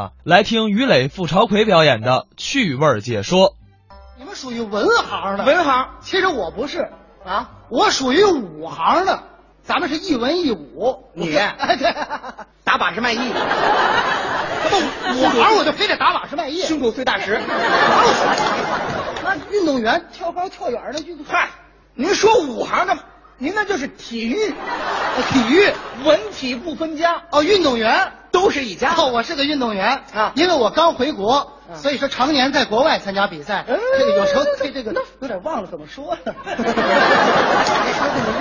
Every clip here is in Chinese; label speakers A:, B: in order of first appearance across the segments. A: 啊来听于磊、付朝奎表演的趣味解说。
B: 你们属于文行的，
C: 文行
B: 其实我不是啊，我属于武行的。咱们是一文一武，
C: 你
B: 哎 对，
C: 打把式卖艺，
B: 那么武行我就非得打把式卖艺。
C: 胸口碎大石。
B: 那运动员跳高跳远那就
C: 嗨，您说五行的，您那就是体育，
B: 哦体育
C: 文体不分家，
B: 哦，运动员。
C: 都是一家。
B: 哦，我是个运动员
C: 啊
B: 因为我刚回国，
C: 啊
B: 所以说常年在国外参加比赛，
C: 嗯
B: 这个有时候对这个有点忘了怎么说 了。
C: 么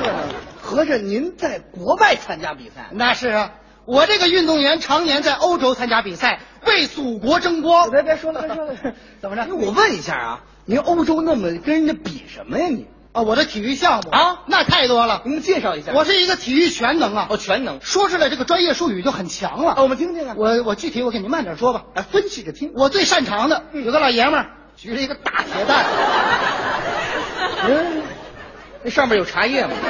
C: 热闹？合着您在国外参加比赛？
B: 那是啊，我这个运动员常年在欧洲参加比赛，为祖国争光。
C: 哦别别说 了，别说了，
B: 怎么着
C: 着？我问一下啊，您欧洲那么跟人家比什么呀？你，
B: 啊，我的体育项目
C: 啊
B: 那太多了。
C: 您介绍一下。
B: 我是一个体育全能啊，
C: 哦，全能。
B: 说出来这个专业术语就很强了。
C: 哦，我们听听啊。
B: 我我具体我给您慢点说吧，
C: 哎分析着听。
B: 我最擅长的有个老爷们儿举着一个大铁蛋，
C: 嗯，那上面有茶叶吗？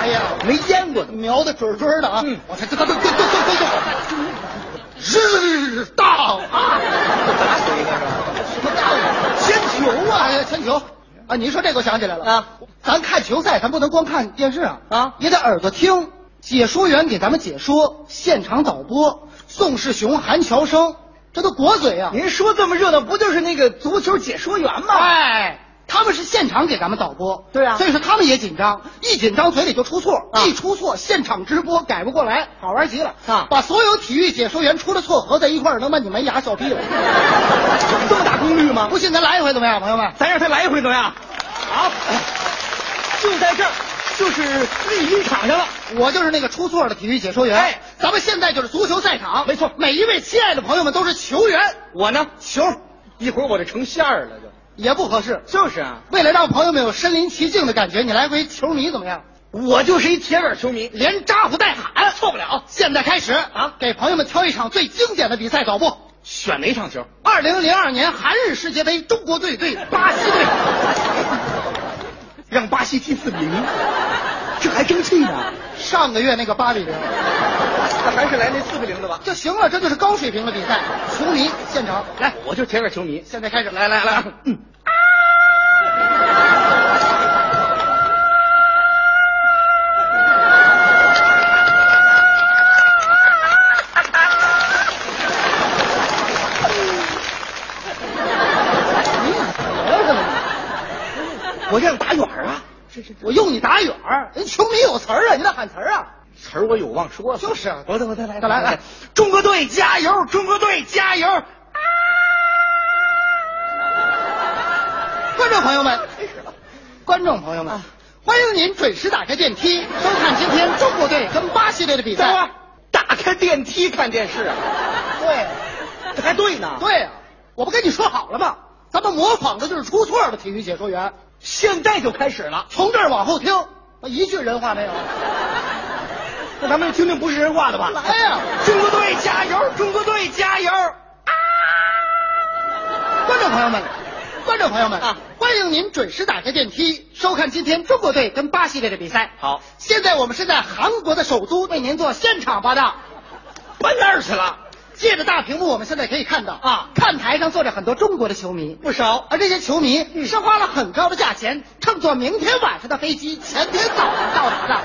B: 哎呀，
C: 没腌过的。
B: 瞄的准准的啊！
C: 嗯
B: 我才这个这个这个这个，日到 啊！
C: 打死一个是吧？
B: 什么道理？铅球啊！哎呀，铅球啊！你一说这个我想起来了
C: 啊！
B: 咱看球赛，咱不能光看电视啊
C: 啊
B: 也得耳朵听。解说员给咱们解说，现场导播，宋世雄、韩乔生，这都国嘴啊！
C: 您说这么热闹，不就是那个足球解说员吗？
B: 哎，他们是现场给咱们导播，
C: 对啊
B: 所以说他们也紧张，一紧张嘴里就出错，
C: 啊
B: 一出错现场直播改不过来，好玩极了
C: 啊
B: 把所有体育解说员出了错合在一块儿，能把你们牙笑屁了。
C: 这么大功率吗？哎
B: 不信咱来一回怎么样，朋友们？
C: 咱让他来一回怎么样？好，就在这儿，就是绿茵场上了。
B: 我就是那个出错的体育解说员。
C: 哎
B: 咱们现在就是足球赛场，
C: 没错
B: 每一位亲爱的朋友们都是球员，
C: 我呢，
B: 球
C: 一会儿我这成馅儿了就。
B: 也不合适。
C: 就是啊，
B: 为了让朋友们有身临其境的感觉，你来回球迷怎么样？
C: 我就是一铁杆球迷。
B: 连咋呼带喊，错不了。现在开始啊，给朋友们挑一场最经典的比赛脚步。
C: 选哪场球？
B: 二零零二年韩日世界杯，中国队对巴西队。
C: 让巴西踢四比零，这还争气呢。
B: 上个月那个八比零
C: 那还是来那四比零的吧。
B: 就行了，这就是高水平的比赛。球迷现场来，
C: 我就铁杆球迷。
B: 现在开始，来来来，嗯，
C: 嗯我让打远儿啊，
B: 我用你打远儿，人球迷有词儿啊，你得喊词儿啊。
C: 词儿我有忘说了。
B: 就是啊
C: 我再我再来
B: 再来来，
C: 中国队加油！中国队加油！
B: 观众朋友们，观众朋友们，欢迎您准时打开电梯，收看今天中国队跟巴西队的比
C: 等会儿
B: 赛。
C: 打开电梯看电视啊，
B: 对，
C: 这 还对呢。
B: 对啊，我不跟你说好了吗？咱们模仿的就是出错的体育解说员，
C: 现在就开始了，
B: 从这儿往后听，一句人话没 有。
C: 那咱们听听不是人话的吧？
B: 来呀
C: 中国队加油！中国队加油！
B: 观众朋友们，观众朋友们，
C: 啊
B: 欢迎您准时打开电梯，收看今天中国队跟巴西队的比赛。
C: 好
B: 现在我们是在韩国的首都为您做现场报道。
C: 搬那儿去了，
B: 借着大屏幕，我们现在可以看到
C: 啊
B: 看台上坐着很多中国的球迷，
C: 不少。嗯
B: 而这些球迷是花了很高的价钱，乘坐明天晚上的飞机，前天早上到达的。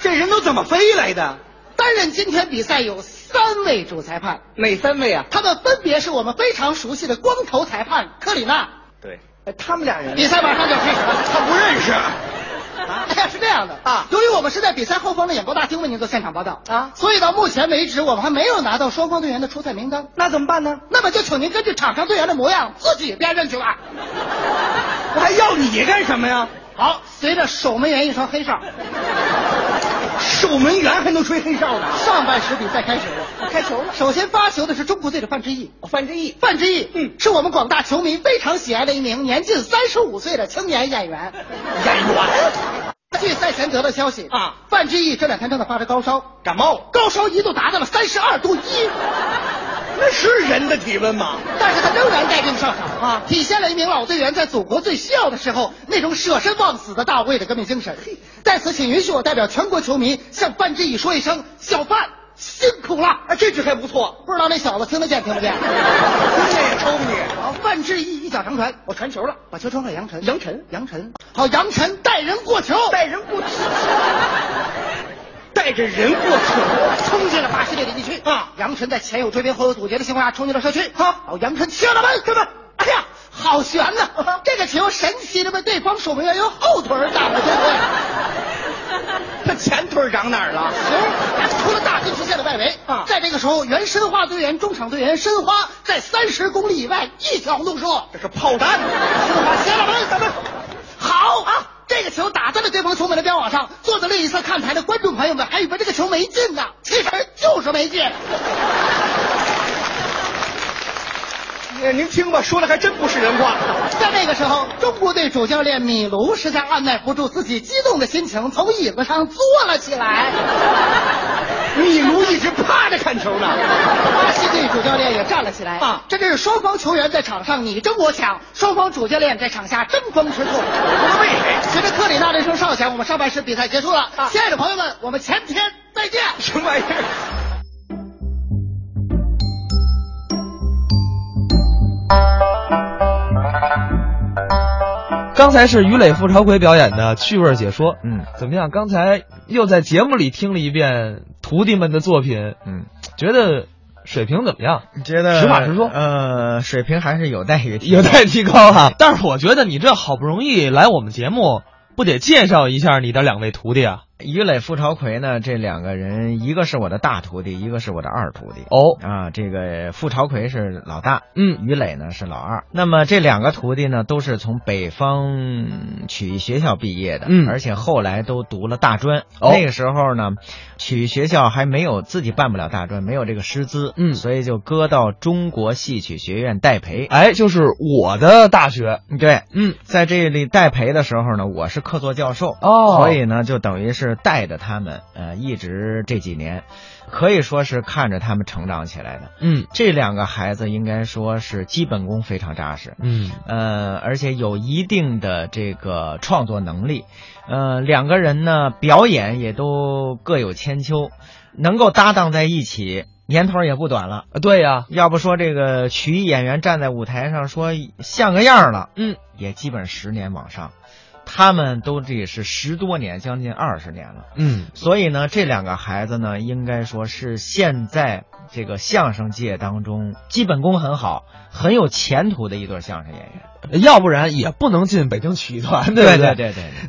C: 这人都怎么飞来的？
B: 担任今天比赛有三位主裁判，
C: 哪三位啊？
B: 他们分别是我们非常熟悉的光头裁判克里纳。
C: 对，哎他们俩人
B: 比赛马上就要开始了，
C: 他不认识。
B: 哎呀，是这样的
C: 啊
B: 由于我们是在比赛后方的演播大厅为您做现场报道
C: 啊
B: 所以到目前为止，我们还没有拿到双方队员的出赛名单。
C: 那怎么办呢？
B: 那么就请您根据场上队员的模样自己辨认去吧。
C: 我还要你干什么呀？
B: 好，随着守门员一声黑哨，
C: 守门员还能吹黑哨呢？
B: 上半时比赛开始了。
C: 开球了，
B: 首先发球的是中国队的范志毅，
C: 范志毅。
B: 范志毅，
C: 嗯
B: 是我们广大球迷非常喜爱的一名年近三十五岁的青年演员。
C: 演员
B: 据赛前得到消息
C: 啊，
B: 范志毅这两天正在发着高烧，
C: 感冒了，
B: 高烧一度达到了三十二度一。
C: 那是人的体温吗？
B: 但是他仍然带病上场
C: 啊
B: 体现了一名老队员在祖国最需要的时候那种舍身忘死的大无畏的革命精神。在此，请允许我代表全国球迷向范志毅说一声：小范辛苦了。
C: 哎，这支还不错，
B: 不知道那小子听得见听不见？
C: 听见也抽你。
B: 好，范志毅一脚长传，
C: 我传球了，
B: 把球传给杨晨。
C: 杨晨
B: 杨晨，好，杨晨带人过球，
C: 带人过去，带着人过去。
B: 冲进了巴西队的禁区
C: 啊
B: 杨晨在前有追兵后有堵截的情况下冲进了社区，
C: 好
B: 好，杨晨切了门，开门，哎呀，好悬呐、
C: 啊
B: 这个球神奇的被对方守门员用后腿儿挡了进去。
C: 他前腿长哪儿了？
B: 球出了大禁区线的外围
C: 啊
B: 在这个时候，原申花队员、中场队员申花在三十公里以外一条路射，
C: 这是炮弹呐。
B: 申花先了门，咱们好啊！这个球打在了对方球门的标网上，坐在另一侧看台的观众朋友们还哎以为这个球没进呢，其实就是没进。
C: 哎您听吧，说的还真不是人话。
B: 在那个时候，中国队主教练米卢实在按耐不住自己激动的心情，从椅子上哎坐了起来。
C: 米卢一直趴着看球呢。
B: 巴西队主教练也站了起来啊
C: 啊
B: 这真是双方球员在场上你争我抢，双方主教练在场下争风吃醋。
C: 为谁？
B: 随着克里纳的一声哨响，我们上半时比赛结束了。
C: 啊
B: 亲爱的朋友们，我们前天再见。
C: 什么玩意儿？
A: 刚才是于磊、付朝奎表演的趣味解说，
D: 嗯
A: 怎么样？刚才又在节目里听了一遍徒弟们的作品，
D: 嗯，
A: 觉得水平怎么样？
D: 你觉得
A: 实话实说
D: 呃，水平还是有待于提高
A: 有待提高啊！ 但是我觉得你这好不容易来我们节目，不得介绍一下你的两位徒弟啊？
D: 于磊、付朝奎呢，这两个人，一个是我的大徒弟，一个是我的二徒弟。
A: 哦，
D: 啊，这个付朝奎是老大，
A: 嗯
D: 于磊呢是老二。那么这两个徒弟呢，都是从北方曲艺学校毕业的，
A: 嗯
D: 而且后来都读了大专。
A: 哦
D: 那个时候呢，曲艺学校还没有自己办不了大专，没有这个师资，
A: 嗯
D: 所以就搁到中国戏曲学院代培。
A: 哎，就是我的大学，
D: 对，
A: 嗯，
D: 在这里代培的时候呢，我是客座教授
A: 哦
D: 所以呢，就等于是带着他们，呃，一直这几年，可以说是看着他们成长起来的。
A: 嗯
D: 这两个孩子应该说是基本功非常扎实，
A: 嗯，
D: 呃，而且有一定的这个创作能力，呃，两个人呢表演也都各有千秋，能够搭档在一起，年头儿也不短了。
A: 啊对呀、
D: 要不说这个曲艺演员站在舞台上说像个样儿了，
A: 嗯，
D: 也基本十年往上，他们都这是十多年，将近二十年了。
A: 嗯
D: 所以呢，这两个孩子呢，应该说是现在这个相声界当中基本功很好、很有前途的一对相声演员。
A: 要不然也不能进北京曲艺团，不
D: 对
A: 对
D: 对对对